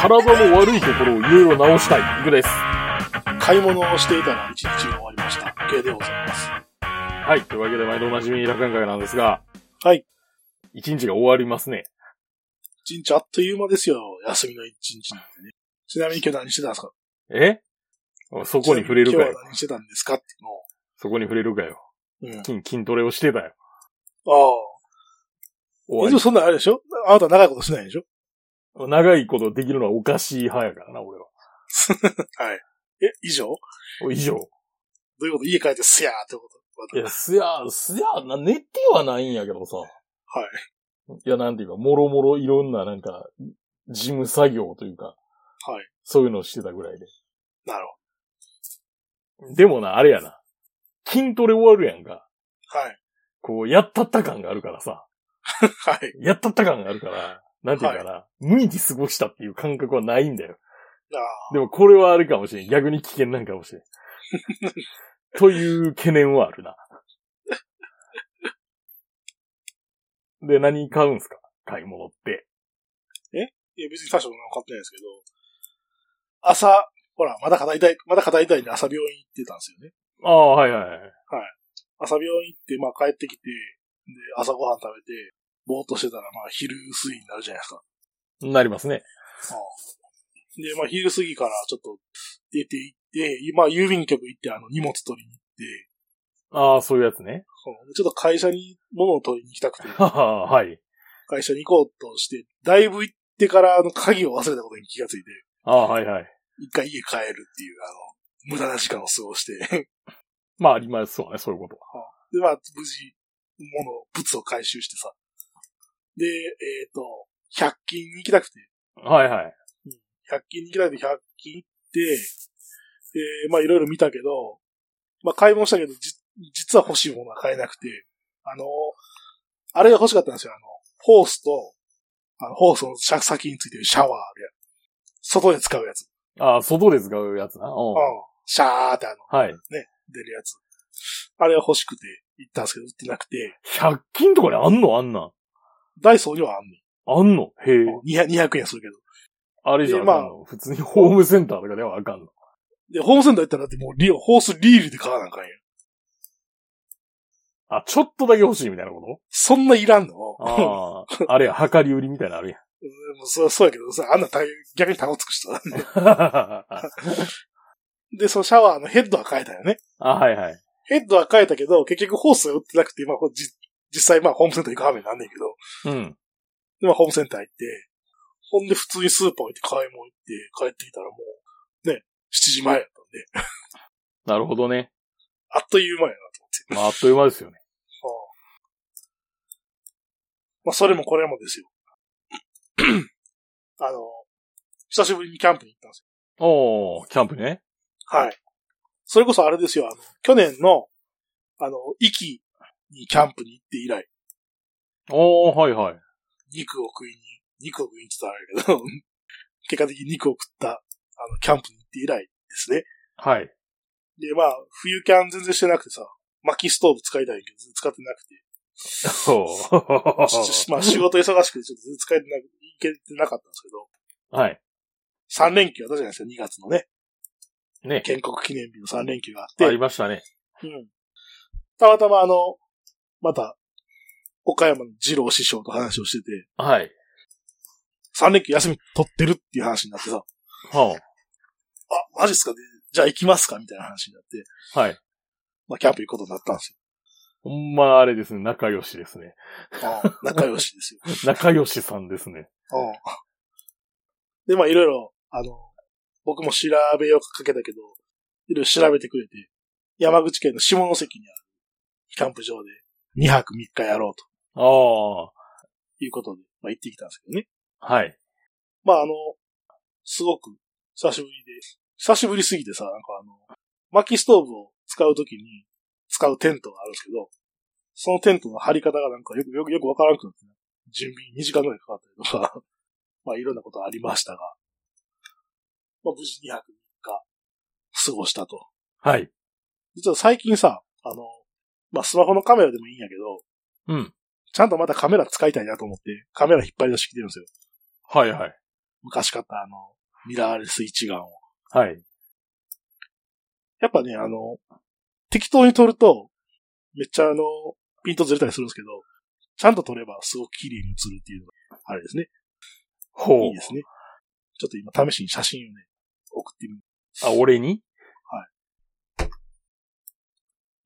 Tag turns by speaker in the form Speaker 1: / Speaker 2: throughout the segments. Speaker 1: 体の悪いところをいろいろ直したい。いくです。
Speaker 2: 買い物をしていたら一日が終わりました。OK でございます。
Speaker 1: はい。というわけで、毎度おなじみ楽園会なんですが、
Speaker 2: はい。
Speaker 1: 一日が終わりますね。
Speaker 2: 一日あっという間ですよ。休みの一日なんてね。ちなみに今日何してたんですか
Speaker 1: えそこに触れるか
Speaker 2: 今日
Speaker 1: よ。
Speaker 2: は何してたんですかって
Speaker 1: そこに触れるかよ。
Speaker 2: いうのを。うん。あ
Speaker 1: 筋、筋トレをしてたよ。
Speaker 2: あ。え、
Speaker 1: 終
Speaker 2: で
Speaker 1: わ
Speaker 2: もそんなんあれでしょあなた長いことしないでしょ
Speaker 1: り。長いことできるのはおかしい派やからな、俺は。
Speaker 2: はい。え、以上ど
Speaker 1: お以上。
Speaker 2: ういうこと家帰ってすやーってこと
Speaker 1: いや、すや、すや、な、寝てはないんやけどさ。。
Speaker 2: はい
Speaker 1: いや、なんていうか、もろもろいろんな、なんか、事務作業というか、
Speaker 2: はい。
Speaker 1: そういうのをしてたぐらいで。
Speaker 2: なる
Speaker 1: でもな、あれやな。筋トレ終わるやんか。
Speaker 2: ほど。はい。
Speaker 1: こう、やったった感があるからさ。
Speaker 2: はい。
Speaker 1: やったった感があるから、なんていうかな、無理に過ごしたっていう感覚はないんだよ。
Speaker 2: あ
Speaker 1: でもこれはあるかもしれん。逆に危険なんかも しれん。という懸念はあるな。で、何買うんすか買い物って。
Speaker 2: いや、別に大したことなんか買ってないですけど、朝、ほら、まだ肩痛い、まだ肩痛いんで朝病院行ってたんですよね。
Speaker 1: ああ、はいはいはい。
Speaker 2: 朝病院行って、まあ帰ってきて、で、朝ごはん食べて、ぼーっとしてたら、まあ昼過ぎになるじゃないですか。
Speaker 1: なりますね。
Speaker 2: で、まあ昼過ぎからちょっと出て行って、まあ郵便局行ってあの荷物取りに行って、
Speaker 1: ああ、そういうやつね。
Speaker 2: うんちょっと会社に物を取りに行きたくて、
Speaker 1: はは、はい。
Speaker 2: 会社に行こうとして、だいぶ行ってからあの鍵を忘れたことに気がついて、
Speaker 1: ああ、はいはい。
Speaker 2: 一回家帰るっていう、あの、無駄な時間を過ごして、
Speaker 1: まあありますわね、そういうことは。
Speaker 2: で、まあ、無事、物を、物を回収してさ。で、えっ、と、100均に行きたくて、
Speaker 1: はいはい。
Speaker 2: 100均に行きたくて100均行って、で、まあ、いろいろ見たけど、まあ、買い物したけど、じ、実は欲しいものは買えなくて、あの、あれが欲しかったんですよ。あの、ホースと、あの、ホースの先についてるシャワーで、外で使うやつ。
Speaker 1: ああ、外で使うやつな。う
Speaker 2: うんん。シャーってあの、
Speaker 1: はい。
Speaker 2: 出るやつ。あれが欲しくて行ったんですけど、売ってなくて、
Speaker 1: 100均とかにあんのあんなん。
Speaker 2: ダイソーにはあんねん
Speaker 1: あんのへえ。
Speaker 2: 200 200円するけど。
Speaker 1: あれじゃあ
Speaker 2: でま
Speaker 1: か
Speaker 2: あ
Speaker 1: んの。普通にホームセンターとかではあかんの。
Speaker 2: で、ホームセンター行ったらだってもうリオ、ホースリールで買わなあかんやん。
Speaker 1: あ、ちょっとだけ欲しいみたいなこと
Speaker 2: そんないらんのうん
Speaker 1: あ あ、あれや、量り売りみたいなのあるやん。
Speaker 2: そう、そうやけどさ、あんな大逆に高つく人だね。 で、そのシャワーのヘッドは変えたよね。
Speaker 1: あ、はいはい。
Speaker 2: ヘッドは変えたけど、結局ホースが売ってなくて、まあ、こうじ実際まあホームセンター行く羽目になんねんけど、
Speaker 1: うん。
Speaker 2: で、まあホームセンター行って、ほんで普通にスーパー行って買い物行って帰ってきたらもう、ね、7時前やったんで、
Speaker 1: なるほどね。
Speaker 2: あっという間やなと思って。
Speaker 1: まあ、あっという間ですよね。
Speaker 2: まあ、それもこれもですよ。 あの、久しぶりにキャンプに行ったんですよ
Speaker 1: おー、キャンプね。
Speaker 2: はい。それこそあれですよ、あの、去年の、あの、壱岐にキャンプに行って以来、
Speaker 1: おー、はいはい。
Speaker 2: 肉を食いに、肉を食いに行ってたらあれやけど、 結果的に肉を食った、あの、キャンプに行って以来ですね。
Speaker 1: はい。
Speaker 2: で、まあ、冬キャン全然してなくてさ、薪ストーブ使いたいけど、全然使ってなくて、
Speaker 1: そう。
Speaker 2: しまあ、仕事忙しくて、ちょっと全然使えてなく、行けてなかったんですけど、
Speaker 1: はい。
Speaker 2: 3連休あったじゃないですか、2月のね。
Speaker 1: ね。
Speaker 2: 建国記念日の3連休があっ
Speaker 1: あ
Speaker 2: て、
Speaker 1: りましたね。
Speaker 2: うん。たまたまあの、また、岡山の二郎師匠と話をしてて、
Speaker 1: はい。
Speaker 2: 3連休休み取ってるっていう話になってさ、
Speaker 1: は
Speaker 2: あ、マジっすかねじゃあ行きますかみたいな話になって、
Speaker 1: あ、はい。
Speaker 2: まあキャンプ行くことになったんです
Speaker 1: ほんまあれですね、仲良しですね。
Speaker 2: よ。うん仲良しですよ。
Speaker 1: 仲良しさんですね。
Speaker 2: うんで、まあいろいろ、あの、僕も調べようかけたけど、いろいろ調べてくれて、山口県の下関にあるキャンプ場で2泊3日やろうと
Speaker 1: ああ、
Speaker 2: いうことで、まあ行ってきたんですけどね。
Speaker 1: はい。
Speaker 2: まああの、すごく久しぶりで、久しぶりすぎてさ、なんかあの、薪ストーブを使うときに使うテントがあるんですけど、そのテントの張り方がなんかよくよくよくわからなくなって、準備に2時間ぐらいかかったりとか、 まあいろんなことありましたが、まあ無事2泊3日過ごしたと。
Speaker 1: はい。
Speaker 2: 実は最近さ、あの、まあスマホのカメラでもいいんやけど、
Speaker 1: うん。
Speaker 2: ちゃんとまたカメラ使いたいなと思って、カメラ引っ張り出してきてるんですよ。
Speaker 1: はいはい。
Speaker 2: 昔買ったあの、ミラーレス一眼を。
Speaker 1: はい。
Speaker 2: やっぱね、あの、適当に撮ると、めっちゃあの、ピントずれたりするんですけど、ちゃんと撮ればすごく綺麗に映るっていうのが、あれですね。
Speaker 1: ほう。
Speaker 2: いいですね。ちょっと今試しに写真をね、送ってみ、
Speaker 1: あ、俺に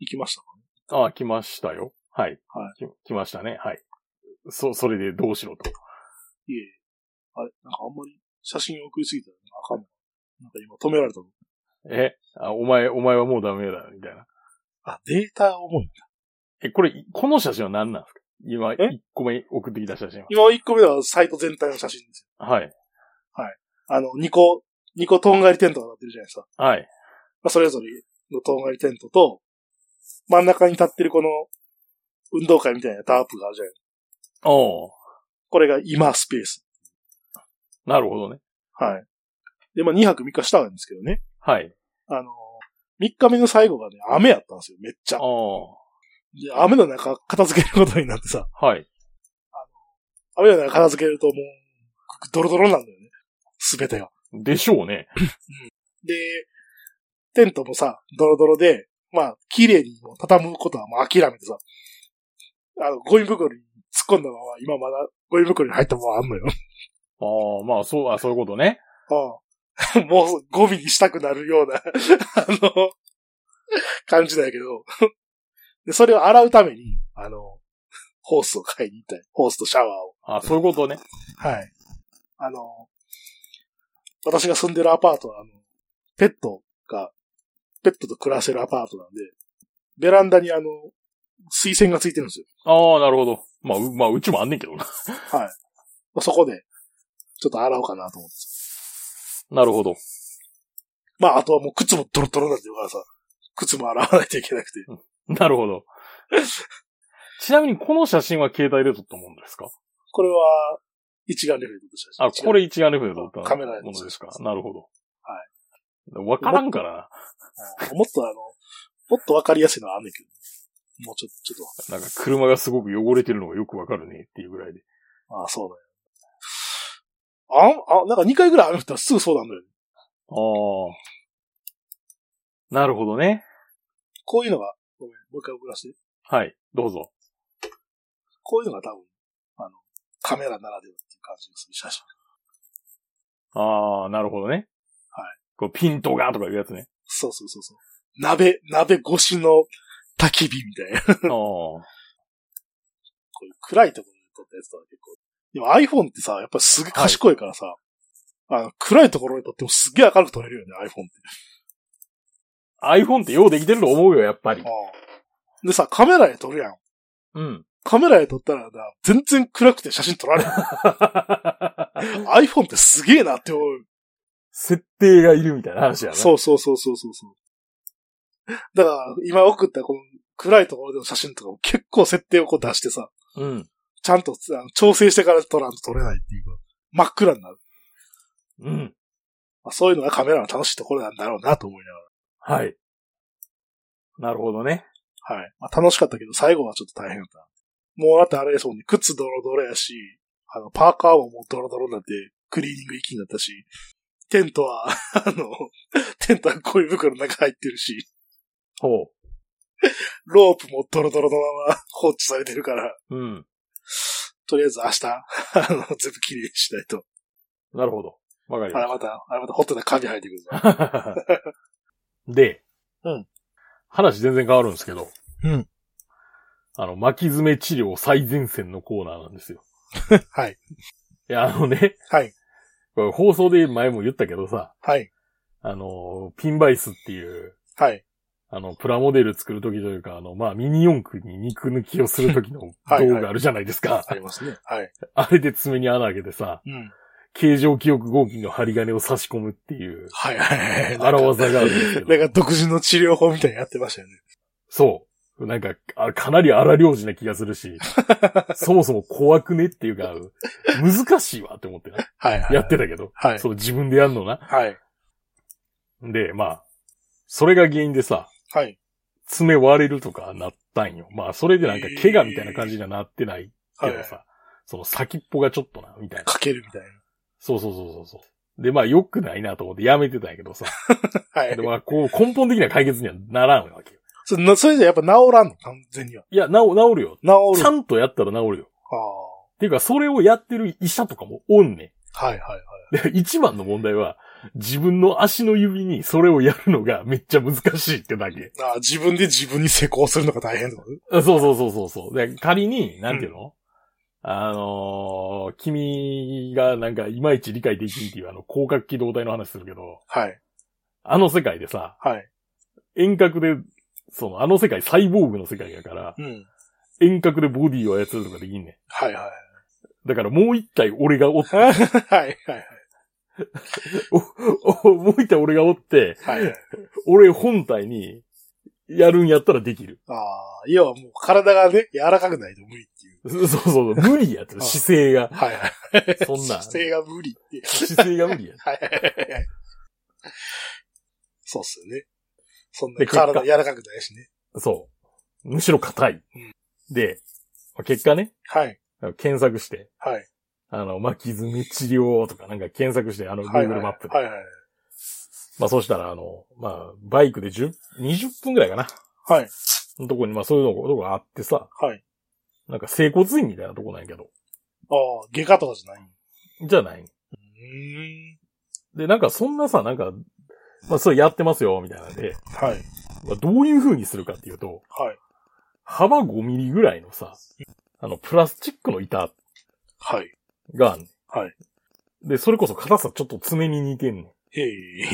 Speaker 2: 行きましたかね。
Speaker 1: あ、来ましたよ。はい。。
Speaker 2: はい
Speaker 1: 来ましたね。はい。そ、それでどうしろと。
Speaker 2: いえいえ。あれ、なんかあんまり写真を送りすぎたらなんかあかんのかな。なんか今止められたの。
Speaker 1: えあ、お前、お前はもうダメだ、みたいな。
Speaker 2: あ、データ重い。
Speaker 1: え、これ、この写真は何なんですか今、
Speaker 2: え
Speaker 1: 1個目送ってきた写真は。
Speaker 2: 今1個目はサイト全体の写真です
Speaker 1: はい。
Speaker 2: よ。あの、2個、2個とんがりテントがなってるじゃないですか。
Speaker 1: はい。
Speaker 2: まあ、それぞれのとんがりテントと、真ん中に立ってるこの、運動会みたいなタープがあるじゃない
Speaker 1: おう
Speaker 2: これが今スペース。
Speaker 1: なるほどね。
Speaker 2: はい。で、まあ、2泊3日したんですけどね。
Speaker 1: はい。
Speaker 2: あの、3日目の最後がね、雨やったんですよ、めっちゃ。
Speaker 1: おう
Speaker 2: で雨の中、片付けることになってさ、
Speaker 1: はい。
Speaker 2: 雨の中片付けるともう、ドロドロなんだよね。すべてが。
Speaker 1: でしょうね。
Speaker 2: で、テントもさ、ドロドロで、まあ、綺麗にもう畳むことはもう諦めてさ、あの、ゴミ袋に突っ込んだまま、今まだゴミ袋に入ったままあんのよ。
Speaker 1: ああ、まあ、そう、あそういうことね。
Speaker 2: うん もう、ゴミにしたくなるような 、あの、感じだけど、で、それを洗うために、あの、ホースを買いに行ったり、ホースとシャワーを。
Speaker 1: あそういうことね。
Speaker 2: はい。あの、私が住んでるアパートは、あの、ペットが、ペットと暮らせるアパートなんで、ベランダにあの、水栓がついてるんですよ。
Speaker 1: ああ、なるほど。まあ、う、まあ、うちもあんねんけどな。
Speaker 2: まあそこで、ちょっと洗おうかなと思って。
Speaker 1: なるほど。
Speaker 2: まあ、あとはもう靴もドロドロなんていうからさ、靴も洗わないといけなくて。
Speaker 1: なるほど。ちなみに、この写真は携帯で撮ったもんですか
Speaker 2: これは、一眼レフで撮った写真。
Speaker 1: あ、これ一眼レフで撮った
Speaker 2: カメラで
Speaker 1: ものですか。なるほど。。
Speaker 2: はい
Speaker 1: わからんから
Speaker 2: 一眼レフもっとあの、もっとわかりやすいのはあんねんけど。もうちょっと、ちょ
Speaker 1: な。
Speaker 2: っ
Speaker 1: なんか車がすごく汚れてるのがよくわかるねっていうぐらいで。
Speaker 2: と、ああ、そうだよ。あん、あ、なんか2回ぐらい雨降ったらすぐそうなんだよね。
Speaker 1: ああ。なるほどね。
Speaker 2: こういうのが、ごめん、もう一回送らせて。
Speaker 1: はい。どうぞ。
Speaker 2: こういうのが多分、あの、カメラならではっていう感じがする写真。
Speaker 1: ああ、なるほどね。。
Speaker 2: はい
Speaker 1: こうピントがとかいうやつね。
Speaker 2: そうそうそうそう。鍋、鍋越しの焚き火みたいな。こ
Speaker 1: ああ。
Speaker 2: ういう暗いところで撮ったやつとは結構。でも iPhone ってさ、やっぱりすげえ賢いからさ、あの、暗いところで撮ってもすげえ明るく撮れるよね、iPhone って。
Speaker 1: iPhone ってようできてると思うよ、やっぱり。
Speaker 2: でさ、カメラで撮るやん。
Speaker 1: うん。
Speaker 2: カメラで撮ったらな、全然暗くて写真撮られない。iPhone ってすげえなって思う。
Speaker 1: 設定がいるみたいな話やな。
Speaker 2: そうそうそうそうそうそう。だから、今送ったこの暗いところでの写真とかも結構設定をこう出してさ、
Speaker 1: う。うん。
Speaker 2: ちゃんとあの調整してから撮らんと撮れないっていうか、真っ暗になる。
Speaker 1: うん。
Speaker 2: まあ、そういうのがカメラの楽しいところなんだろうなと思いなが
Speaker 1: はい。なるほどね。
Speaker 2: ら。はい。まあ、楽しかったけど、最後はちょっと大変だった。もうだってあれですもんね、靴ドロドロやし、あの、パーカーももうドロドロになって、クリーニング行きになったし、テントは、 あの、テントはゴミ袋の中入ってるし、
Speaker 1: ほ
Speaker 2: ロープもドロドロのまま放置されてるから、
Speaker 1: う。うん。
Speaker 2: とりあえず明日、 あの、全部綺麗にしないと。
Speaker 1: なるほど。わかり
Speaker 2: あ
Speaker 1: ま
Speaker 2: らまた、あらまたホットなカビ生えてく るぞ。
Speaker 1: した。 で、
Speaker 2: うん。
Speaker 1: 話全然変わるんですけど。
Speaker 2: うん。
Speaker 1: あの、巻き爪治療最前線のコーナーなんですよ。
Speaker 2: はい。
Speaker 1: いや、あのね、
Speaker 2: はい。
Speaker 1: これ放送で前も言ったけどさ、
Speaker 2: はい。
Speaker 1: あの、ピンバイスっていう、
Speaker 2: はい。
Speaker 1: あの、プラモデル作るときというか、あの、まあ、ミニ四駆に肉抜きをするときの道
Speaker 2: はい
Speaker 1: 具があるじゃないですか。
Speaker 2: ありますね。はい。
Speaker 1: あれで爪に穴開けてさ、
Speaker 2: うん。
Speaker 1: 形状記憶合金の針金を差し込むっていう、
Speaker 2: はいはい はい。
Speaker 1: 荒技があるんですけ ど。
Speaker 2: なんか独自の治療法みたいにやってましたよね。
Speaker 1: そう。なんか、あかなり荒領事な気がするし、 そもそも怖くねっていうか、難しいわって思ってな。
Speaker 2: はいはい。
Speaker 1: やってたけど、
Speaker 2: はい。
Speaker 1: その自分でやるのな。
Speaker 2: はい。
Speaker 1: で、まあ、それが原因でさ、
Speaker 2: はい。
Speaker 1: 爪割れるとかなったんよ。まあ、それでなんか怪我みたいな感じにはなってない
Speaker 2: は
Speaker 1: け
Speaker 2: い
Speaker 1: ど。さ、その先っぽがちょっとな、みたいな。
Speaker 2: かけるみたいな。
Speaker 1: そうそうそうそうそう。で、まあ、良くないなと思ってやめてたんやけどさ。
Speaker 2: はい
Speaker 1: で。まあ、こう、根本的な解決にはならんわけよ。
Speaker 2: それなそれじゃやっぱ治らんの、完全には。
Speaker 1: いや、なお、治るよ。ち
Speaker 2: 治る。
Speaker 1: ゃ
Speaker 2: あ
Speaker 1: んとやったら治るよ。
Speaker 2: あ
Speaker 1: っていうか、それをやってる医者とかもおんね
Speaker 2: ー。はいはいはい。
Speaker 1: ん。で、一番の問題は、自分の足の指にそれをやるのがめっちゃ難しいってだけ。
Speaker 2: ああ、自分で自分に施工するのが大変ってこと
Speaker 1: あそうそうそうそうそう。で、仮に、なんていうの、あのー君がなんかいまいち理解できんっていうあの、広角機動隊の話するけど、
Speaker 2: はい。
Speaker 1: あの世界でさ、
Speaker 2: はい。
Speaker 1: 遠隔で、その、あの世界サイボーグの世界やから、
Speaker 2: うん。
Speaker 1: 遠隔でボディを操るとかできんね
Speaker 2: はいはい。
Speaker 1: ん。だからもう一体俺がおっ
Speaker 2: はいはい
Speaker 1: おもう一体俺がおって、
Speaker 2: は い。はい。
Speaker 1: 俺本体にやるんやったらできる。
Speaker 2: ああ、要はもう体がね、柔らかくないと無理っていう。
Speaker 1: そうそう そう、無理やって、
Speaker 2: あ
Speaker 1: 姿勢 が。
Speaker 2: はいはい。
Speaker 1: そんな。
Speaker 2: 姿勢が無理って。
Speaker 1: 姿勢が無理や。
Speaker 2: はいはいはいはい。そうっすよね。そんな
Speaker 1: で
Speaker 2: に
Speaker 1: 結果
Speaker 2: 体柔らかくないしね。
Speaker 1: そう。むしろ硬い。で、まあ結果ね、
Speaker 2: はい。
Speaker 1: 検索して、
Speaker 2: はい。
Speaker 1: あの、巻き爪治療とかなんか検索して、あの、
Speaker 2: はいはい
Speaker 1: Google マップで。
Speaker 2: はいはい。
Speaker 1: まあそうしたら、あの、まあ、バイクで10、20分くらいかな。
Speaker 2: はい。
Speaker 1: のとこに、まあそういうのとこがあってさ、
Speaker 2: はい。
Speaker 1: なんか整骨院みたいなとこなんやけど。
Speaker 2: ああ、外科とかじゃない。
Speaker 1: じゃない。
Speaker 2: うん。
Speaker 1: で、なんかそんなさ、なんか、まあそれやってますよ、みたいなんで、
Speaker 2: はい。
Speaker 1: まあ、どういう風にするかっていうと、
Speaker 2: はい。
Speaker 1: 幅5ミリぐらいのさ、あの、プラスチックの板
Speaker 2: はい。
Speaker 1: があんねん
Speaker 2: はい。
Speaker 1: で、それこそ硬さちょっと爪に似てんねん。
Speaker 2: へ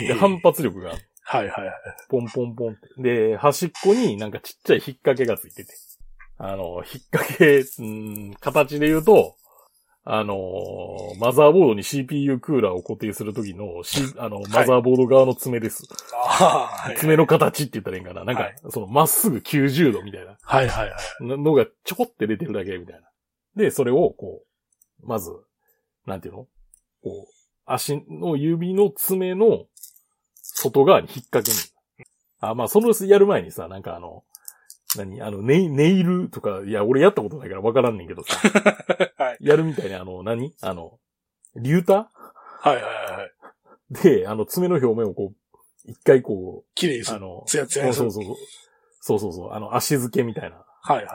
Speaker 2: え。
Speaker 1: で、反発力がある、
Speaker 2: はいはいはい。
Speaker 1: ポンポンポンって。で、端っこになんかちっちゃい引っ掛けがついてて。あの、引っ掛け、うん、形で言うと、あのーマザーボードに CPU クーラーを固定するときの、しあの、マザーボード側の爪です。
Speaker 2: ああ、はい。
Speaker 1: 爪の形って言ったらいいんかな。なんか、
Speaker 2: はい
Speaker 1: その、まっすぐ90度みたいな
Speaker 2: はいはいはい。
Speaker 1: ののがちょこって出てるだけみたいな。で、それを、こう、まず、なんていうのこう、足の指の爪の外側に引っ掛ける。あ、まあ、そのやる前にさ、なんかあの、何あの、ネイ、ネイルとか、いや、俺やったことないからわからんねんけどさ。
Speaker 2: はい
Speaker 1: やるみたいに、あの、何あの、リュータ
Speaker 2: はいはいはい。
Speaker 1: ーで、あの、爪の表面をこう、一回こ
Speaker 2: 綺麗に
Speaker 1: う、
Speaker 2: す
Speaker 1: あ
Speaker 2: る。
Speaker 1: の、
Speaker 2: ツヤツヤ
Speaker 1: そう
Speaker 2: にす
Speaker 1: そ
Speaker 2: る
Speaker 1: う。そう。そうそうそう。あの、足付けみたいな。
Speaker 2: はいはい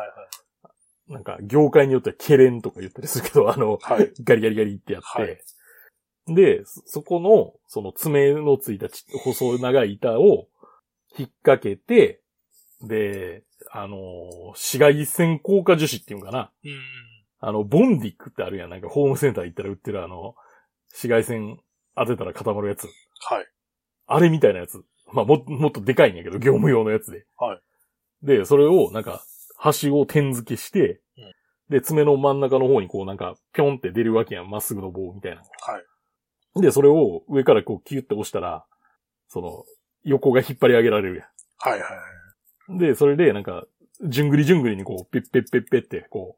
Speaker 1: なんか、業界によってはケレンとか言ったりするけど、あ の、
Speaker 2: はい。はい。
Speaker 1: ガリガリガリってやって。
Speaker 2: はい
Speaker 1: で、そそこの、その爪のついたち細長い板を引っ掛けて、で、あのー紫外線硬化樹脂っていうんかな。
Speaker 2: うん。
Speaker 1: あの、ボンディックってあるやん。なんかホームセンター行ったら売ってるあの、紫外線当てたら固まるやつ。
Speaker 2: はい。
Speaker 1: あれみたいなやつ。まあ、も、もっとでかいんやけど、業務用のやつで。
Speaker 2: はい。
Speaker 1: で、それを、なんか、端を点付けして、
Speaker 2: うん
Speaker 1: で、爪の真ん中の方にこう、なんか、ぴょんって出るわけやん。まっすぐの棒みたいな。
Speaker 2: はい。
Speaker 1: で、それを上からこう、キュって押したら、その、横が引っ張り上げられる
Speaker 2: はいはい。
Speaker 1: やん。で、それで、なんか、じゅんぐりじゅんぐりにこう、ペッペッペッペッって、こ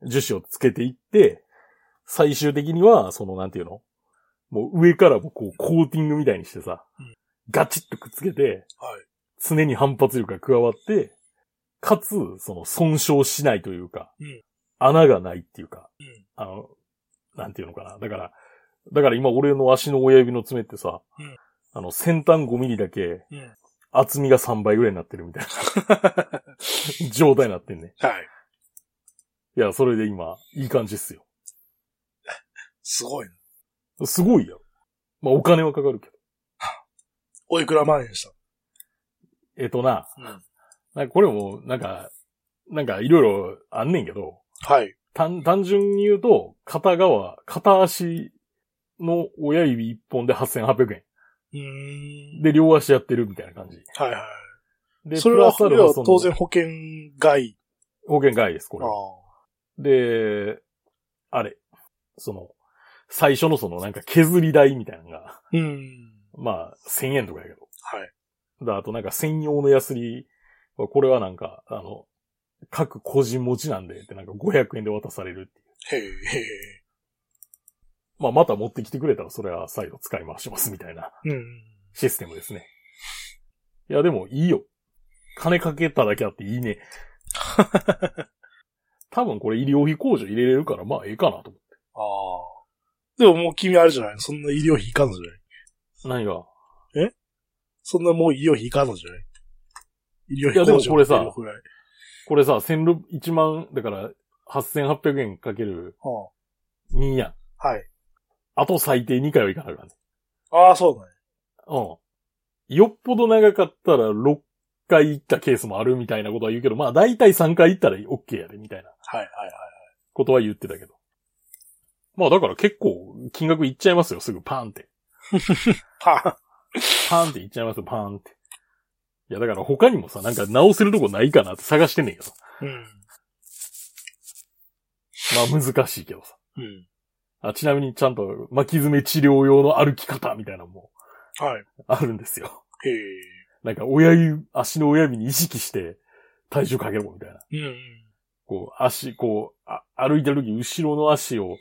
Speaker 1: う、樹脂をつけていって、最終的には、その、なんていうのもう上からもこう、コーティングみたいにしてさ、
Speaker 2: うん
Speaker 1: ガチッとくっつけて、
Speaker 2: はい。
Speaker 1: 常に反発力が加わって、かつ、その、損傷しないというか、
Speaker 2: うん
Speaker 1: 穴がないっていうか、
Speaker 2: うん。
Speaker 1: あの、なんていうのかな。だから、だから今俺の足の親指の爪ってさ、
Speaker 2: うん
Speaker 1: あの、先端5ミリだけ、
Speaker 2: うん。はい。
Speaker 1: 厚みが3倍ぐらいになってるみたい な状態になってんね。いや、それで今、いい感じっすよ。
Speaker 2: すごいな。
Speaker 1: すごいよ。まあ、お金はかかるけど。
Speaker 2: おいくら万円した
Speaker 1: えっとな、
Speaker 2: うん。
Speaker 1: なんかこれも、なんか、なんかいろいろあんねんけど、
Speaker 2: はい。
Speaker 1: 単、単純に言うと、片側、片足の親指1本で8800円。
Speaker 2: うーん。
Speaker 1: で、両足やってるみたいな感じ。
Speaker 2: はいは
Speaker 1: で、
Speaker 2: い。それは、
Speaker 1: プ
Speaker 2: そ
Speaker 1: ラスアル
Speaker 2: れ
Speaker 1: ファ
Speaker 2: は
Speaker 1: その
Speaker 2: 当然保険外。
Speaker 1: 保険外です、こ
Speaker 2: あ
Speaker 1: れ
Speaker 2: あ。。
Speaker 1: で、あれ、その、最初のそのなんか削り台みたいなのが、
Speaker 2: うん。
Speaker 1: まあ、1000円とかやけど。
Speaker 2: はい。
Speaker 1: だ、あとなんか専用のヤスリは、これはなんか、あの、各個人持ちなんで、ってなんか500円で渡されるっていう。
Speaker 2: へえ、へえ。
Speaker 1: まあ、また持ってきてくれたら、それは再度使い回しますみたいな
Speaker 2: うん。
Speaker 1: システムですね。いや、でもいいよ。金かけただけあっていいね。多分これ医療費控除入れれるから、まあ、ええかなと思って。
Speaker 2: ああ。でももう君あれじゃないそんな医療費いかんのじゃない
Speaker 1: 何が
Speaker 2: そんなもう医療費いかんのじゃない医療
Speaker 1: いや
Speaker 2: 費
Speaker 1: でも
Speaker 2: 控除
Speaker 1: これさ
Speaker 2: っていうぐらい
Speaker 1: これさ、千六、一万、だから、8800円かける
Speaker 2: は
Speaker 1: 2やん。
Speaker 2: あはい。
Speaker 1: あと最低2回はいかなあかんね。
Speaker 2: ああ、そうだね。
Speaker 1: うん。よっぽど長かったら6回行ったケースもあるみたいなことは言うけど、まあ大体3回行ったら OK やで、みたいな
Speaker 2: はいはいはい。
Speaker 1: ことは言ってたけど。まあだから結構金額いっちゃいますよ、すぐパーンって。
Speaker 2: パ
Speaker 1: パーンっていっちゃいますよ、パーンって。いやだから他にもさ、なんか直せるとこないかなって探してんねんけど。
Speaker 2: ン。 うん。
Speaker 1: まあ難しいけどさ。
Speaker 2: うん。
Speaker 1: あちなみにちゃんと巻き爪治療用の歩き方みたいなのも
Speaker 2: はい。
Speaker 1: あるんですよ。
Speaker 2: へえ。
Speaker 1: なんか親指、足の親指に意識して体重かけろみたいな。
Speaker 2: うんうん。
Speaker 1: こう、足、こう、あ歩いてる時、後ろの足を、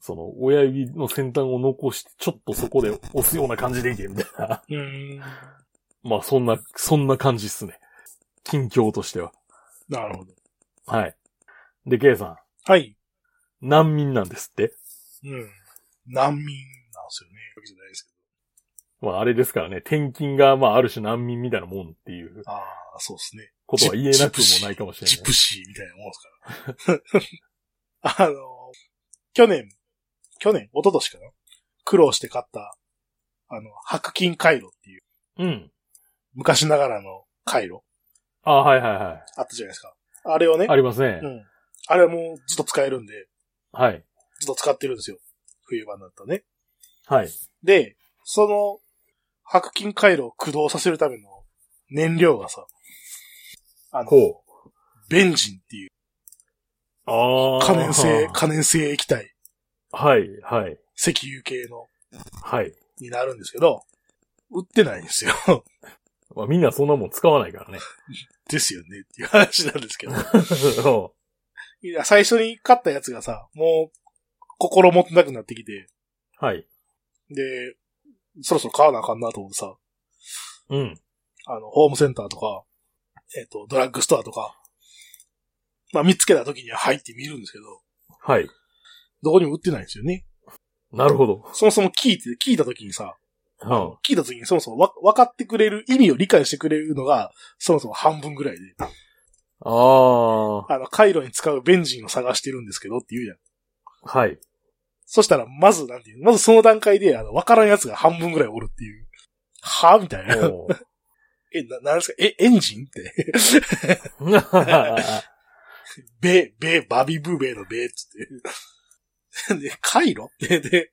Speaker 1: その、親指の先端を残して、ちょっとそこで押すような感じでいけ、みたいな。
Speaker 2: うーん。
Speaker 1: まあ、そんな、そんな感じっすね。近況としては。
Speaker 2: なるほど。
Speaker 1: はい。で、ケイさ
Speaker 2: はい。
Speaker 1: ん、難民なんですって。
Speaker 2: うん。難民なんですよね。わけじゃないですけ
Speaker 1: まあ、あれですからね、転勤が、まあ、ある種難民みたいなもんっていう
Speaker 2: ど。ああ、そうですね。
Speaker 1: ことは言えなくもないかもしれない
Speaker 2: ジ。プシーみたいなもんですから。 あの、去年、去年、一昨年かな苦労して買った、あの、白金回路っていう、
Speaker 1: うん。
Speaker 2: 昔ながらの回路、
Speaker 1: あはいはいは
Speaker 2: あったじゃないですか。あれをね
Speaker 1: い。、ありますね。
Speaker 2: うん。あれはもうずっと使えるんで、
Speaker 1: はい。
Speaker 2: ずっと使ってるんですよ。冬場になったらね。
Speaker 1: はい。
Speaker 2: で、その、白金回路を駆動させるための燃料がさ、あの、
Speaker 1: こう。
Speaker 2: ベンジンっていう
Speaker 1: ああ。
Speaker 2: 可燃性、可燃性液体、
Speaker 1: はい、はい、
Speaker 2: 石油系の、
Speaker 1: はい。
Speaker 2: になるんですけど、売ってないんですよ。
Speaker 1: まあ、みんなそんなもん使わないからね。
Speaker 2: ですよねっていう話なんですけど。
Speaker 1: そ
Speaker 2: いや、最初に買ったやつがさ、もう、心もとなくなってきて、
Speaker 1: うはい。
Speaker 2: で、そろそろ買わなあかんなと思ってさ、
Speaker 1: うん。
Speaker 2: あの、ホームセンターとか、えっ、と、ドラッグストアとか、まあ見つけた時には入ってみるんですけど、
Speaker 1: はい。
Speaker 2: どこにも売ってないんですよね。
Speaker 1: なるほど。
Speaker 2: そもそも聞いて、聞いた時にさ、
Speaker 1: うん。
Speaker 2: 聞いた時にそもそもわ分かってくれる、意味を理解してくれるのが、そもそも半分ぐらいで、
Speaker 1: ああ。
Speaker 2: あの、回路に使うベンジンを探してるんですけどって言うじゃん。
Speaker 1: はい。
Speaker 2: そしたら、まず、なんていうのまずその段階で、あの、わからんやつが半分ぐらいおるっていう。はぁみたいな。
Speaker 1: おー
Speaker 2: え、な、なんですかえ、エンジンって。 べ、べ、バビブーベーのべっつって。 で、回路って、で、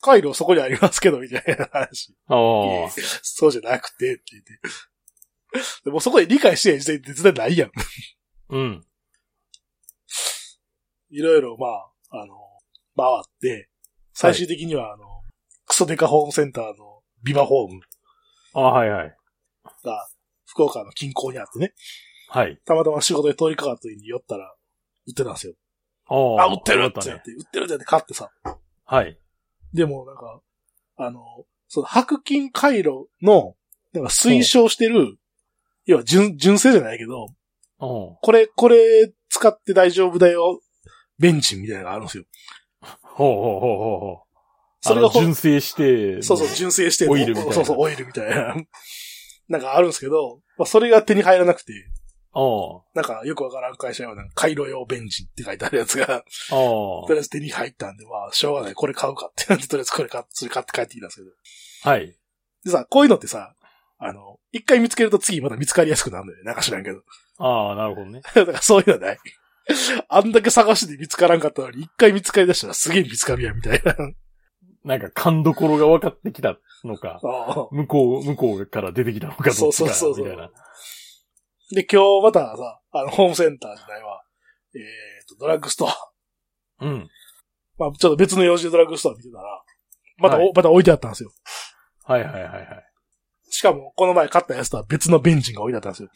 Speaker 2: 回路そこにありますけど、みたいな話。
Speaker 1: ああ。
Speaker 2: そうじゃなくて、って言って。でもうそこで理解してない時点で絶対ないやん。
Speaker 1: うん。
Speaker 2: いろいろ、まあ、あの、回って、最終的には、あの、クソデカホームセンターのビバホーム
Speaker 1: あはいはい。
Speaker 2: が、福岡の近郊にあってね、
Speaker 1: はい。
Speaker 2: たまたま仕事で通りかかった時に寄ったら、売ってたんですよ。
Speaker 1: ああ
Speaker 2: あ、売ってる
Speaker 1: っ
Speaker 2: ってて
Speaker 1: ね
Speaker 2: なっ。て、売ってるってなって買ってさ。
Speaker 1: はい。
Speaker 2: でも、なんか、あの、その白金回路の、なんか推奨してる、要は純、純正じゃないけど、
Speaker 1: おう
Speaker 2: これ、これ使って大丈夫だよ、ベンチみたいなのがあるんですよ。
Speaker 1: ほうほうほうほうほう。
Speaker 2: それ
Speaker 1: あ
Speaker 2: が
Speaker 1: の
Speaker 2: ほん
Speaker 1: 純正して、
Speaker 2: そうそう、純正してる
Speaker 1: オイルみたいな
Speaker 2: そうそう、オイルみたいな。 なんかあるんですけど、まあ、それが手に入らなくて、
Speaker 1: おう
Speaker 2: なんかよくわからん会社は、なんか回路用ベンチって書いてあるやつが、
Speaker 1: お
Speaker 2: と
Speaker 1: う
Speaker 2: りあえず手に入ったんで、まあ、しょうがない、これ買うかってなって、とりあえずこれ買って、それ買って帰ってきたんですけど。
Speaker 1: はい。
Speaker 2: でさ、こういうのってさ、あの、一回見つけると次また見つかりやすくなるんだよね。なんか知らんけど。
Speaker 1: ああ、なるほどね。
Speaker 2: だからそういうのない。あんだけ探して見つからんかったのに、一回見つかり出したらすげえ見つかるやん、みたいな。
Speaker 1: なんか勘どころが分かってきたのか、
Speaker 2: あ
Speaker 1: 向こう、向こうから出てきたの
Speaker 2: あ
Speaker 1: か、ど
Speaker 2: そ
Speaker 1: っ
Speaker 2: う
Speaker 1: ち
Speaker 2: そうそうそ
Speaker 1: か、み
Speaker 2: う。
Speaker 1: たいな。
Speaker 2: で、今日またさ、あの、ホームセンターじゃないわ。えっと、ドラッグストア。
Speaker 1: うん。
Speaker 2: まあ、ちょっと別の用事でドラッグストア見てたら、またお、
Speaker 1: はい
Speaker 2: また置いてあったんですよ。
Speaker 1: はいはいはいはい。
Speaker 2: しかも、この前買ったやつとは別のベンチが置いてあったんですよ。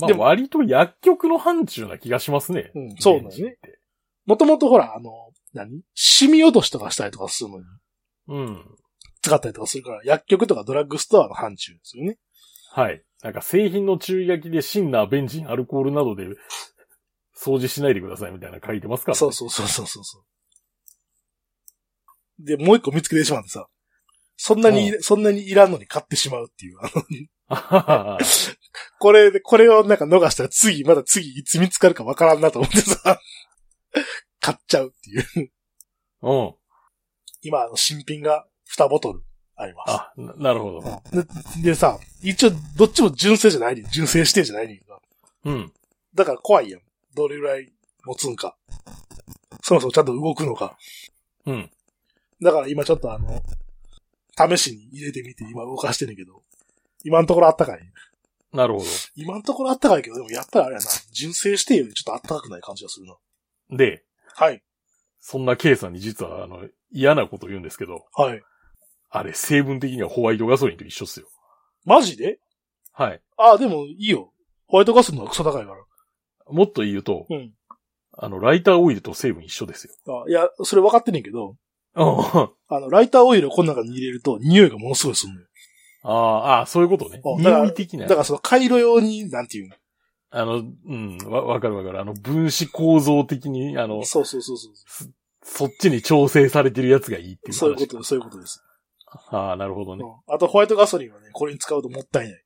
Speaker 1: まあ
Speaker 2: でも
Speaker 1: 割と薬局の範疇な気がしますね。
Speaker 2: うんそうなんですね
Speaker 1: ベンチって。
Speaker 2: もともとほら、あの、何染み落としとかしたりとかするのに、
Speaker 1: うん。
Speaker 2: 使ったりとかするから、薬局とかドラッグストアの範疇ですよね。
Speaker 1: はい。なんか製品の注意書きでシンナー、ベンジン、アルコールなどで掃除しないでくださいみたいなの書いてますから、ね。
Speaker 2: そうそうそうそうそうそう。で、もう一個見つけてしまってさ、そんなに、そんなにいらんのに買ってしまうっていう。あの
Speaker 1: あはは
Speaker 2: これで、これをなんか逃したら次、まだ次いつ見つかるかわからんなと思ってさ、買っちゃうっていう。
Speaker 1: は
Speaker 2: 今、あの、新品が2ボトルあります。
Speaker 1: うん。あ、ななるほど。
Speaker 2: でさ、一応、どっちも純正じゃないねん純正指定じゃないねんけど。
Speaker 1: うん。
Speaker 2: だから怖いやん。どれぐらい持つんか。そもそもちゃんと動くのか。
Speaker 1: うん。
Speaker 2: だから今ちょっとあの、試しに入れてみて今動かしてんねんけど。今のところあったかい。
Speaker 1: なるほ
Speaker 2: 今のところあったかいけど、でもやっぱりあれやな。純正指定よりちょっとあったかくない感じがするな。
Speaker 1: ど。で、
Speaker 2: はい。
Speaker 1: そんな K さんに実は、あの、嫌なこと言うんですけど、
Speaker 2: はい。
Speaker 1: あれ、成分的にはホワイトガソリンと一緒っすよ。
Speaker 2: マジで
Speaker 1: はい。
Speaker 2: ああ、でもいいよ。ホワイトガスの方がクソ高いから。
Speaker 1: もっと言うと、
Speaker 2: うん。
Speaker 1: あの、ライターオイルと成分一緒ですよ。
Speaker 2: あいや、それ分かってんねんけど、
Speaker 1: あ
Speaker 2: あの、ライターオイルをこの中に入れると匂いがものすごいするのよ。
Speaker 1: あ、あーそういうことね。
Speaker 2: あだから
Speaker 1: 匂い的な
Speaker 2: だ。からその回路用に、なんていう
Speaker 1: あの、うん、わ、わかるわかる。あの、分子構造的に、あの
Speaker 2: の。、そうそうそうそう。
Speaker 1: そっちに調整されてるやつがいいっていう話。
Speaker 2: そういうこと、そういうことです。
Speaker 1: ああ、なるほどね。
Speaker 2: うんあとホワイトガソリンはね、これに使うともったいない。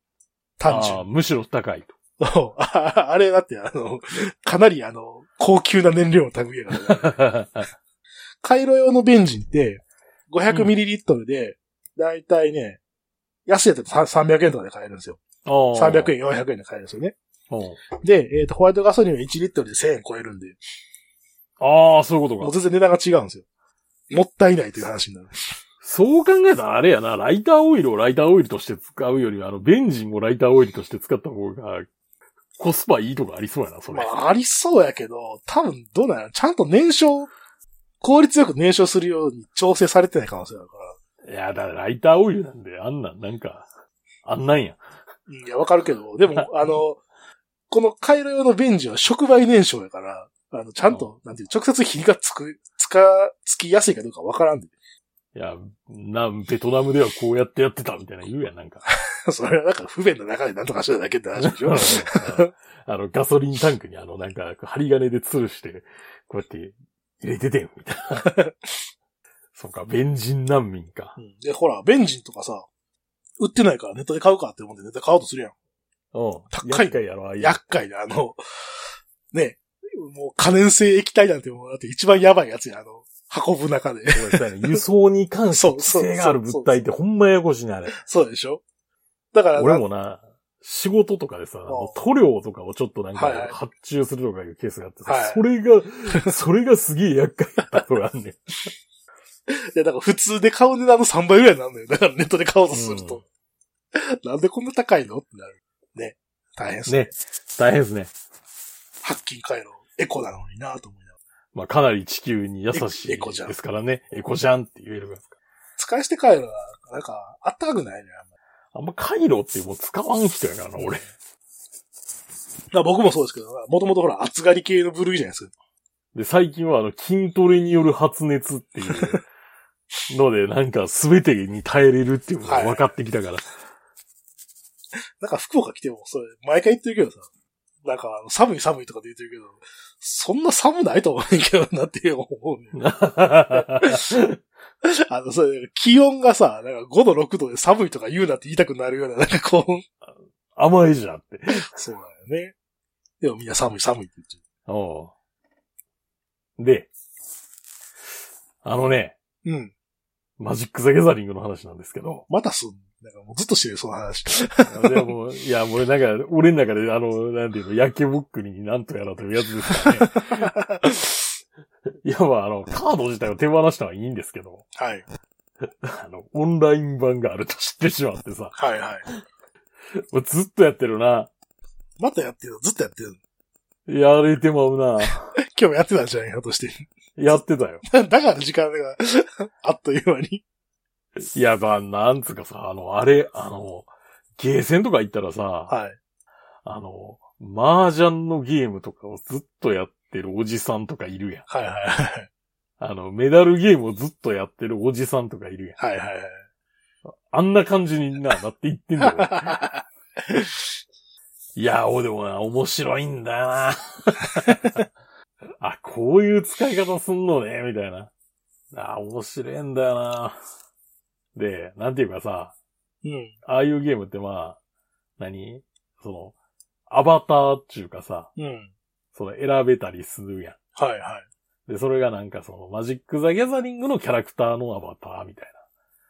Speaker 2: 単
Speaker 1: ああ、
Speaker 2: 純。
Speaker 1: むしろ高いと。
Speaker 2: そう ああれだって、あの、かなりあの、高級な燃料を類えるから。 カイロ用のベンジンって、500ml で、だいたいね、安いやつだと300円とかで買えるんですよ。300
Speaker 1: 円。
Speaker 2: 円、400円で買えるんですよね。
Speaker 1: うん
Speaker 2: で、えっ、と、ホワイトガソリンは1リットルで1000円超えるんで、
Speaker 1: ああ、そういうこ
Speaker 2: もう
Speaker 1: とか。
Speaker 2: 全然値段が違うんですよ。もったいないという話になる。
Speaker 1: そう考えたらあれやな、ライターオイルをライターオイルとして使うよりは、あの、ベンジンをライターオイルとして使った方が、コスパいいとかありそうやな、それ。
Speaker 2: まあ、ありそうやけど、多分どうなんやろちゃんと燃焼、効率よく燃焼するように調整されてない可能性あるから。
Speaker 1: いや、だからライターオイルなんで、あんなん、なんか、あんなんや。
Speaker 2: うんいや、わかるけど、でも、あの、この回路用のベンジンは触媒燃焼やから、あの、ちゃんと、なんていう、直接火がつく、つか、つきやすいかどうかわからんで。
Speaker 1: いや、なん、ベトナムではこうやってやってたみたいな言うやん、 なんか。
Speaker 2: それはなんか不便な中でなんとかしてただけって話でしょ
Speaker 1: あの、ガソリンタンクにあの、なんか、針金で吊るして、こうやって入れててん、みたいな。 そうか、ベンジン難民か
Speaker 2: う。んで、ほら、ベンジンとかさ、売ってないからネットで買うかって思ってネットで買おうとするやん。
Speaker 1: うん。
Speaker 2: 高い
Speaker 1: 厄介やろ、ああいう。
Speaker 2: 厄介な、あの、ね、もう可燃性液体なんてもう、だって一番やばいやつや、あの、運ぶ中で。
Speaker 1: そうですよね輸送に関して
Speaker 2: そう
Speaker 1: 規制がある物体ってほんまややこしいな、あれ。
Speaker 2: そうでしょだから、
Speaker 1: 俺もな、仕事とかでさ、あの塗料とかをちょっとなん
Speaker 2: はいは
Speaker 1: か
Speaker 2: い
Speaker 1: 発注するとかいうケースがあってさ、
Speaker 2: はい
Speaker 1: それが、それがすげえ厄介だったことがあんねん。
Speaker 2: いや、だから普通で買う値段の3倍ぐらいになるのよ。だからネットで買おうとすると。なんでこんな高いのってなる。ね。大変っすね。
Speaker 1: ね。大変ですね。
Speaker 2: ハッキン回路、エコなのになと思いながら。
Speaker 1: まあかなり地球に優しい
Speaker 2: エコエコじゃん
Speaker 1: ですからね。エコじゃんって言えるから。
Speaker 2: 使い捨て回路は、なんか、あったかくないね。あんまり
Speaker 1: あんまカイロってもう使わん人やからな、俺。
Speaker 2: だから僕もそうですけど、もともとほら、厚刈り系の部類じゃないですか。
Speaker 1: で、最近はあの筋トレによる発熱っていうので、なんか全てに耐えれるっていうのが分かってきたから。
Speaker 2: なんか福岡来ても、それ、毎回言ってるけどさ、なんか、あの寒い寒いとかで言ってるけど、そんな寒ないと思うんやけどなって思うね。あの、それ、気温がさ、なんか5度6度で寒いとか言うなって言いたくなるような、なんかこう、
Speaker 1: 甘えじゃんって。
Speaker 2: そうなんよね。でもみんな寒い寒いって言って
Speaker 1: おうで、あのね、
Speaker 2: る。うん。
Speaker 1: マジック・ザ・ギャザリングの話なんですけど。
Speaker 2: またすん。なんかもうずっとしてるよ、その話。
Speaker 1: でもいや、もうなんか、俺の中で、あの、なんていうの、焼けぼっくりになんとやらというやつですからね。いや、まあ、あの、カード自体を手放したのはいいんですけど、
Speaker 2: はい。
Speaker 1: あの、オンライン版があると知ってしまってさ、
Speaker 2: はいはい。
Speaker 1: もうずっとやってるな。
Speaker 2: またやってるずっとやってる。
Speaker 1: やれてまうな。
Speaker 2: 今日もやってたんじゃないかとして。
Speaker 1: やってたよ。
Speaker 2: だから時間があっという間に。
Speaker 1: いや、まあ、なんつうかさ、あの、あれ、あの、ゲーセンとか行ったらさ、
Speaker 2: はい。
Speaker 1: あの、麻雀のゲームとかをずっとやってるおじさんとかいるやん。
Speaker 2: はいはいはい。
Speaker 1: あの、メダルゲームをずっとやってるおじさんとかいるやん。
Speaker 2: はいはいはい。
Speaker 1: あんな感じにな、なっていってんだ よ。いや、おでもな、面白いんだよ な。あ、こういう使い方すんのね、みたいな。ああ、面白いんだよな。で、なんていうかさ、
Speaker 2: うん。
Speaker 1: ああいうゲームってまあ、何その、アバターっていうかさ、
Speaker 2: うん。
Speaker 1: その選べたりするや
Speaker 2: はいはい。
Speaker 1: ん。で、それがなんかその、マジック・ザ・ギャザリングのキャラクターのアバターみたい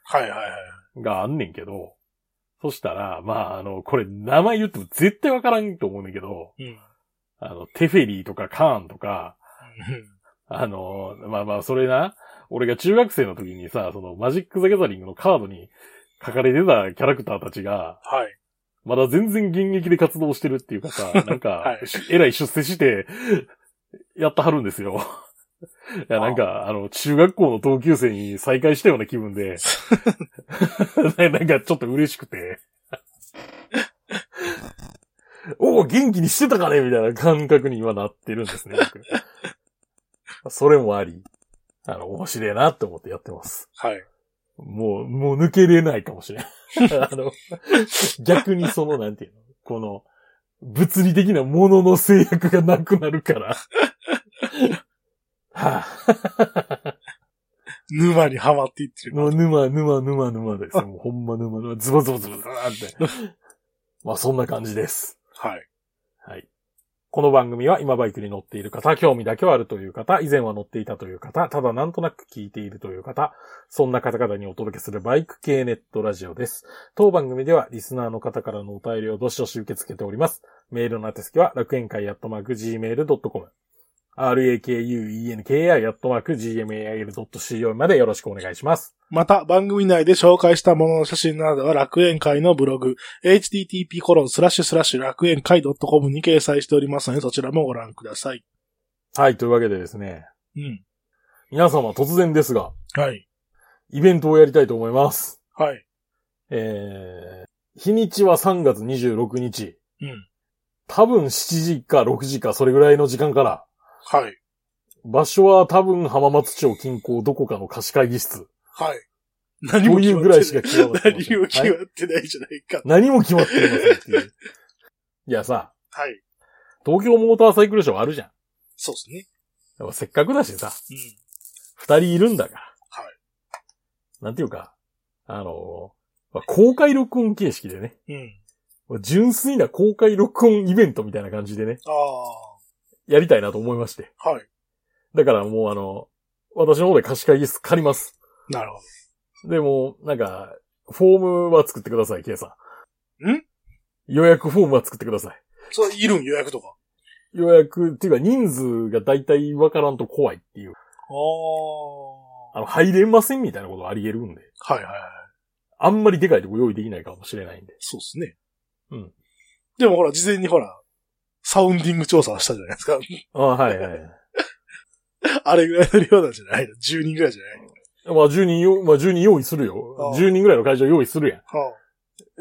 Speaker 2: はいはいはい。
Speaker 1: な、があんねんけど、そしたら、まあ、あの、これ名前言っても絶対わからんと思うねんだけど、
Speaker 2: うん。
Speaker 1: あの、テフェリーとかカーンとか、あの、まあまあ、それな、俺が中学生の時にさ、その、マジック・ザ・ギャザリングのカードに書かれてたキャラクターたちが、
Speaker 2: はい。
Speaker 1: まだ全然現役で活動してるっていうか さ、なんか、
Speaker 2: はい
Speaker 1: しえらい出世して、やったはるんです よ。いや、なんか、あの、中学校の同級生に再会したような気分 で、ななんかちょっと嬉しくて。 おお、元気にしてたかねみたいな感覚に今なってるんですね、僕 それもあり、あの、面白いなって思ってやってます。
Speaker 2: はい。
Speaker 1: もう、もう抜けれないかもしれん。 あの、逆にその、なんていうの、この、物理的なものの制約がなくなるから。 はあ、
Speaker 2: 沼にはまっていってる。
Speaker 1: もう沼、沼、沼、沼ですよ。もうほんま沼、沼、ズボズボズボズボーって。まあそんな感じです。
Speaker 2: はい。
Speaker 1: はい。この番組は今バイクに乗っている方、興味だけはあるという方、以前は乗っていたという方、ただなんとなく聞いているという方、そんな方々にお届けするバイク系ネットラジオです。当番組ではリスナーの方からのお便りをどしどし受け付けております。メールの宛先は楽園会アットマーク gmail.com、rakuenki アットマーク gmail.co までよろしくお願いします。
Speaker 2: また、番組内で紹介したものの写真などは楽園会のブログ、http:// 楽園会 .com に掲載しておりますので、そちらもご覧ください。
Speaker 1: はい、というわけでですね、
Speaker 2: うん。
Speaker 1: 皆様突然ですが、
Speaker 2: はい。
Speaker 1: イベントをやりたいと思います。
Speaker 2: はい。
Speaker 1: えー、日にちは3月26日。
Speaker 2: うん。
Speaker 1: 多分7時か6時か、それぐらいの時間から。
Speaker 2: はい。
Speaker 1: 場所は多分浜松町近郊どこかの貸し会議室。
Speaker 2: はい。何
Speaker 1: と
Speaker 2: も
Speaker 1: い
Speaker 2: 決
Speaker 1: う
Speaker 2: ま
Speaker 1: ぐらいしか決ま
Speaker 2: っ
Speaker 1: って
Speaker 2: てな
Speaker 1: ま
Speaker 2: い。
Speaker 1: せん
Speaker 2: 何も決ま
Speaker 1: はい
Speaker 2: ってないじゃないか。
Speaker 1: 何も決まってませんっていう。いやさ、
Speaker 2: はい。
Speaker 1: 東京モーターサイクルショーあるじゃん。
Speaker 2: そうですね。
Speaker 1: やっぱせっかくだしさ、
Speaker 2: うん。
Speaker 1: 二人いるんだから。。
Speaker 2: はい
Speaker 1: なんていうか、あのまあ公開録音形式でね、
Speaker 2: うん。
Speaker 1: まあ純粋な公開録音イベントみたいな感じでね、
Speaker 2: ああ
Speaker 1: やりたいなと思いまして。
Speaker 2: ー。はい。
Speaker 1: だからもうあの、私の方で貸し会議室借ります。
Speaker 2: なるほ
Speaker 1: でも、なんか、フォームは作ってください、ケイさん。
Speaker 2: ん
Speaker 1: 予約フォームは作ってください。
Speaker 2: ど。そう、いるん予約とか。
Speaker 1: 予約、っていうか人数が大体わからんと怖いっていう。
Speaker 2: ああ。
Speaker 1: あの、入れませんみたいなことあり得るんで。
Speaker 2: はいはいはい。
Speaker 1: あんまりでかいとこ用意できないかもしれないんで。
Speaker 2: そうですね。
Speaker 1: うん。
Speaker 2: でもほら、事前にほら、サウンディング調査はしたじゃないですか。
Speaker 1: あはいはい。
Speaker 2: あれぐらいの量なんじゃないの ?10 人ぐらいじゃない
Speaker 1: まあ10人よ、まあ10人用意するよ
Speaker 2: あ。あ
Speaker 1: 10人ぐらいの会場用意するや
Speaker 2: は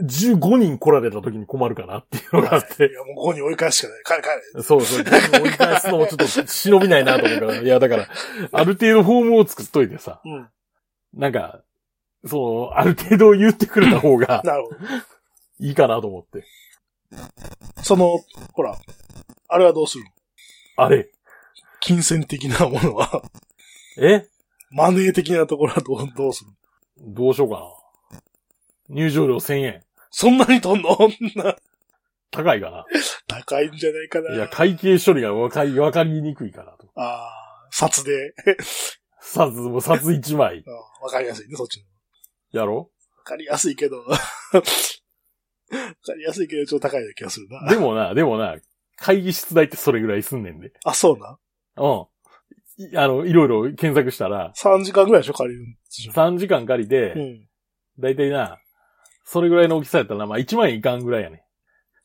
Speaker 1: ん。15人来られた時に困るかなっていうのがあっ
Speaker 2: あ、
Speaker 1: て
Speaker 2: い。や、もうここに追い返すしかない。帰れ帰れ。
Speaker 1: そうそう。折り返すのもちょっと忍びないなと思うから。 いや、だから、ある程度フォームを作っといてさ。
Speaker 2: うん。
Speaker 1: なんか、そう、ある程度言ってくれた方が
Speaker 2: なるほど。
Speaker 1: いいかなと思って。
Speaker 2: その、ほら、あれはどうするの
Speaker 1: あれ
Speaker 2: 金銭的なものは、
Speaker 1: え
Speaker 2: マネー的なところはどう、どうするの
Speaker 1: どうしようかな。入場料1000円。
Speaker 2: そんなにとんの
Speaker 1: 高いか
Speaker 2: 高いんじゃないかな。
Speaker 1: な。いや、会計処理がわかり、わかりにくいかなと。
Speaker 2: ああ、札で。
Speaker 1: 札、もう札1枚
Speaker 2: あ。ーわかりやすいね、そっちの。
Speaker 1: やろ
Speaker 2: わかりやすいけど。わかりやすいけど、ちょっと高いような気がするな。
Speaker 1: でもな、でもな、会議室代ってそれぐらいすんねんで。
Speaker 2: あ、そうな。
Speaker 1: うん。いあの、いろいろ検索したら、
Speaker 2: 3時間ぐらいでしょ、借りるんでしょ。
Speaker 1: 3時間借りて、
Speaker 2: うん。
Speaker 1: だいたいな、それぐらいの大きさやったらな、まあ1万円いかんぐらいやね。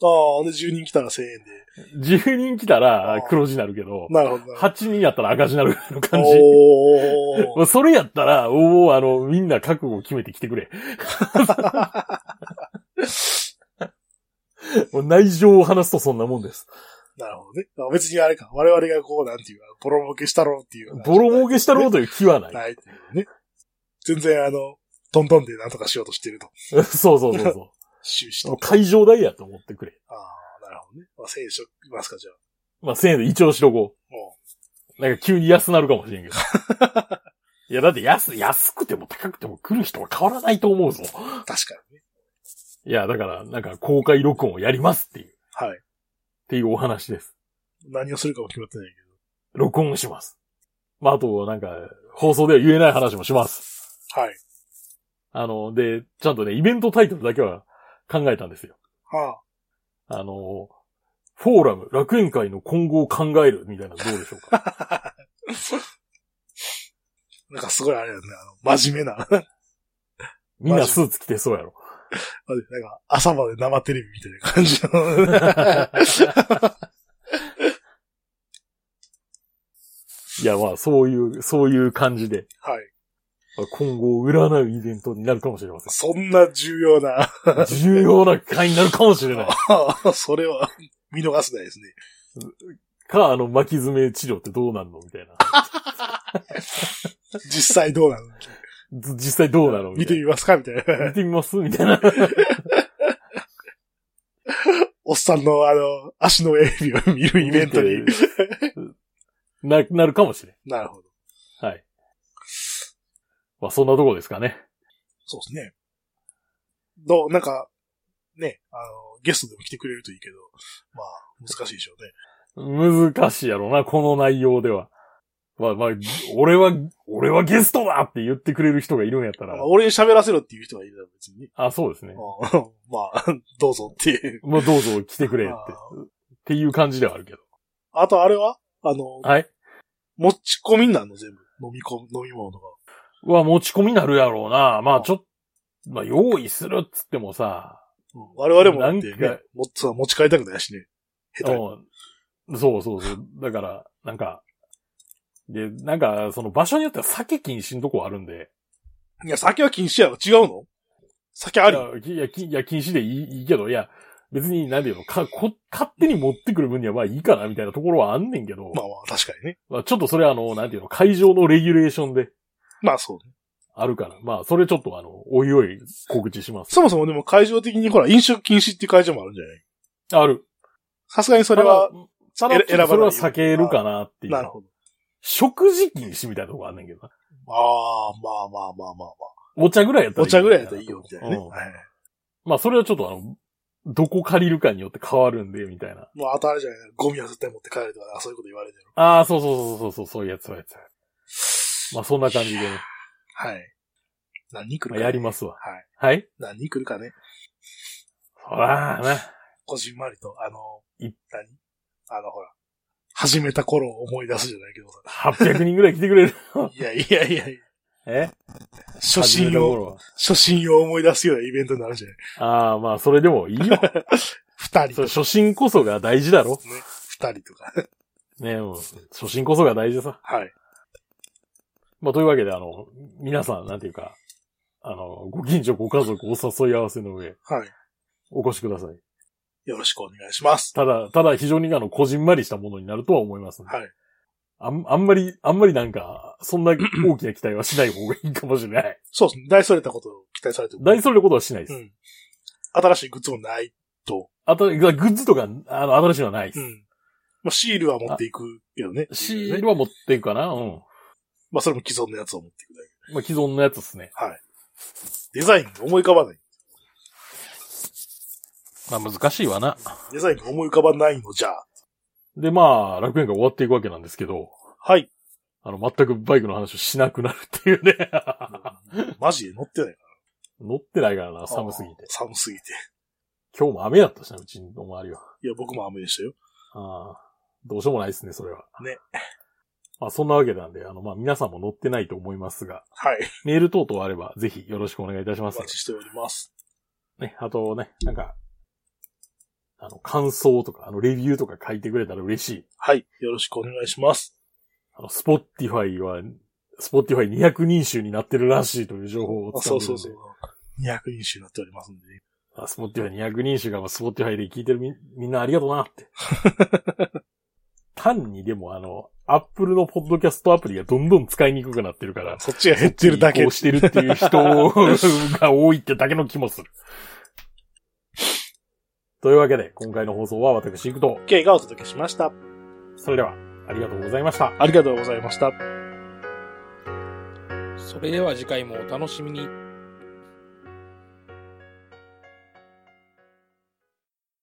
Speaker 2: ああ、で、10人来たら1000円で。
Speaker 1: 10人来たら黒字になるけど、
Speaker 2: なるほどな。
Speaker 1: 8人やったら赤字になるぐらいの感じ。
Speaker 2: お
Speaker 1: も
Speaker 2: ー。
Speaker 1: うそれやったら、おおあの、みんな覚悟を決めてきてくれ。 もう内情を話すとそんなもんです。
Speaker 2: なるほどね。だから別にあれか。我々がこう、なんていうか、ボロ儲けしたろうっていう。
Speaker 1: ボロ儲けしたろうという気はない。
Speaker 2: ないっていうね。全然あの、トントンでなんとかしようとしてると。
Speaker 1: そうそうそうそ
Speaker 2: 終始
Speaker 1: う。もう
Speaker 2: と。
Speaker 1: 会場代やと思ってくれ。
Speaker 2: ああ、なるほどね。まあ、1000円しときますか、じゃあ。
Speaker 1: まあ、1000円で一応しとこ
Speaker 2: も
Speaker 1: う。なんか急に安なるかもしれんけど。いや、だって安、安くても高くても来る人は変わらないと思うぞ。
Speaker 2: 確かにね。
Speaker 1: いや、だから、なんか公開録音をやりますっていう、っ
Speaker 2: はい。
Speaker 1: ていうお話です。
Speaker 2: 何をするかも決まってないけど。
Speaker 1: 録音します。まあ、あと、なんか、放送では言えない話もします。
Speaker 2: はい。
Speaker 1: あの、で、ちゃんとね、イベントタイトルだけは考えたんですよ。
Speaker 2: はあ。
Speaker 1: あの、フォーラム、楽園会の今後を考えるみたいなのどうでしょうか。
Speaker 2: なんかすごいあれだね、あの、真面目な。あれ
Speaker 1: みんなスーツ着てそうやろ。
Speaker 2: なんか、朝まで生テレビみたいな感じの。
Speaker 1: いや、まあ、そういう、そういう感じで、
Speaker 2: はい。
Speaker 1: 今後を占うイベントになるかもしれません。
Speaker 2: そんな重要な。
Speaker 1: 重要な回になるかもし れない。
Speaker 2: それは、見逃せないですね。
Speaker 1: か、あの、巻き爪治療ってどうなんのみたいな。
Speaker 2: 実際どうなの
Speaker 1: ず実際どうなのみ
Speaker 2: 見
Speaker 1: た
Speaker 2: て
Speaker 1: い
Speaker 2: みますかみたいな。
Speaker 1: な。見てみますみたいな。
Speaker 2: おっさんの、あの、足の親指を見 るイベントに。
Speaker 1: な、なるかもしれん。
Speaker 2: なるほど。
Speaker 1: はい。まあ、そんなとこですかね。
Speaker 2: そうですね。どう、なんか、ね、あの、ゲストでも来てくれるといいけど、まあ、難しいでしょうね。
Speaker 1: 難しいやろな、この内容では。まあまあ、俺は、俺はゲストだって言ってくれる人がいるんやったら
Speaker 2: まあ、。俺に喋らせろっていう人がいるなら別にね。
Speaker 1: あ、そうですね。
Speaker 2: うんまあ、どうぞっていう。
Speaker 1: まあ、どうぞ来てくれって。
Speaker 2: あ
Speaker 1: っていう感じではあるけど。
Speaker 2: あとあれはあの、
Speaker 1: はい。
Speaker 2: 持ち込みになるの全部。飲み込み、飲み物とか。
Speaker 1: は持ち込みになるやろうな。まあ、ちょっと、まあ、用意するっつってもさ、
Speaker 2: うん我々もだって
Speaker 1: なん
Speaker 2: ね
Speaker 1: か、
Speaker 2: もっと持ち帰りたくないしね。下手に。
Speaker 1: うんそうそうそう。だから、なんか、で、なんか、その場所によっては酒禁止のとこあるんで。
Speaker 2: いや、酒は禁止やろ。違うの酒あり
Speaker 1: いやいや、きいや禁止でいいいいけど、いや、別に、なんていうの、か、こ、勝手に持ってくる分にはまあいいかな、みたいなところはあんねんけど、
Speaker 2: まあまあ、確かにね。
Speaker 1: まあ、ちょっとそれはあの、なんていうの、会場のレギュレーションで
Speaker 2: まあそうね。
Speaker 1: あるから、まあ、それちょっとあの、おいおい告知します。
Speaker 2: そもそもでも会場的にほら、飲食禁止っていう会場もあるんじゃない
Speaker 1: ある。
Speaker 2: さすがにそれは、、
Speaker 1: ただ、
Speaker 2: 選選ばない
Speaker 1: それは避けるかなっていう。
Speaker 2: なるほど。
Speaker 1: 食事禁止みたいなとこあんねんけどな。
Speaker 2: ああ、まあまあまあまあ
Speaker 1: お茶ぐらいやった
Speaker 2: まあ。
Speaker 1: ら
Speaker 2: お茶ぐらいだといいよ、みたいなね。
Speaker 1: うん
Speaker 2: はい。
Speaker 1: まあ、それはちょっとあの、どこ借りるかによって変わるんで、みたいな。
Speaker 2: もうあとあれじゃないゴミは絶対持って帰るとか、なんかそういうこと言われてる。
Speaker 1: ああ、そうそうそうそうそう、そういうやつ、そういうやつ。まあ、そんな感じでね、
Speaker 2: はい。何人来
Speaker 1: ま
Speaker 2: るか
Speaker 1: あ、
Speaker 2: ね
Speaker 1: やりますわ。
Speaker 2: はい。
Speaker 1: はい。
Speaker 2: 何人来るかね。
Speaker 1: ほらーな。
Speaker 2: こじんまりと、あの、
Speaker 1: い
Speaker 2: 何あの、ほら、始めた頃を思い出すじゃないけどさ。
Speaker 1: 800人ぐらい来てくれる。
Speaker 2: いやいやいやいや
Speaker 1: え
Speaker 2: 初心を、
Speaker 1: を。
Speaker 2: 初心を思い出すようなイベントになるじゃない
Speaker 1: ああ、まあ、それでもいいよ。
Speaker 2: 二人
Speaker 1: そ
Speaker 2: と
Speaker 1: れ初心こそが大事だろ。
Speaker 2: かね。二人とか。
Speaker 1: ねもう初心こそが大事さ。
Speaker 2: はい。
Speaker 1: まあ、というわけで、あの、皆さん、なんていうか、あの、ご近所、ご家族、お誘い合わせの上、
Speaker 2: はい。
Speaker 1: お越しください。
Speaker 2: よろしくお願いします。
Speaker 1: ただ、ただ非常にあの、こじんまりしたものになるとは思います、ね。
Speaker 2: はい。
Speaker 1: あん、あんまり、あんまりなんか、そんな大きな期待はしない方がいいかもしれない。
Speaker 2: そうですね。大それたことを期待されても。
Speaker 1: 大それることはしないです。
Speaker 2: うん。新しいグッズもないと。
Speaker 1: あと、グッズとか、あの、新しいのはないです。
Speaker 2: うん。まあ、シールは持っていくけどね。
Speaker 1: シールは持っていくかなうん。
Speaker 2: まあ、それも既存のやつを持っていくだけ。
Speaker 1: まあ、既存のやつですね。
Speaker 2: デザインが思い浮かばない。
Speaker 1: まあ、難しいわな。
Speaker 2: デザインが思い浮かばないのじゃあ。
Speaker 1: で、まあ、楽園が終わっていくわけなんですけど、
Speaker 2: はい。
Speaker 1: あの、全くバイクの話をしなくなるっていうね。
Speaker 2: マジで乗ってないか
Speaker 1: 乗ってないからな、
Speaker 2: ら。
Speaker 1: 寒すぎて。。
Speaker 2: 寒すぎて。
Speaker 1: 今日も雨だったしな、うちの周りは。
Speaker 2: いや、僕も雨でしたよ。
Speaker 1: ああ、どうしようもないですね、それは。
Speaker 2: ね。
Speaker 1: まあ、そんなわけなんで、あの、まあ、皆さんも乗ってないと思いますが、
Speaker 2: はい。
Speaker 1: メール等々あれば、ぜひよろしくお願いいたしま
Speaker 2: お
Speaker 1: す
Speaker 2: 待。ちしております。
Speaker 1: ね、あとね、なんか、あの、感想とか、あの、レビューとか書いてくれたら嬉しい。
Speaker 2: はい。よろしくお願いします。
Speaker 1: あの、スポッティファイは、スポッティファイ200人衆になってるらしいという情報を
Speaker 2: あ
Speaker 1: つか
Speaker 2: そ
Speaker 1: ん
Speaker 2: う
Speaker 1: でるん
Speaker 2: そ
Speaker 1: で
Speaker 2: うそう。200人種になっておりますんで。
Speaker 1: あスポッティファイ200人衆が、スポッティファイで聞いてるみみんなありがとうなっ て。単にでもあの、アップルのポッドキャストアプリがどんどん使いにくくなってるから、
Speaker 2: そっちが減ってるだけ
Speaker 1: こう。してるっていう人が多いってだけの気もする。 というわけで、今回の放送は私行くと、
Speaker 2: K がお届けしました。
Speaker 1: それでは、ありがとうございました。
Speaker 2: ありがとうございました。
Speaker 3: それでは次回もお楽しみに。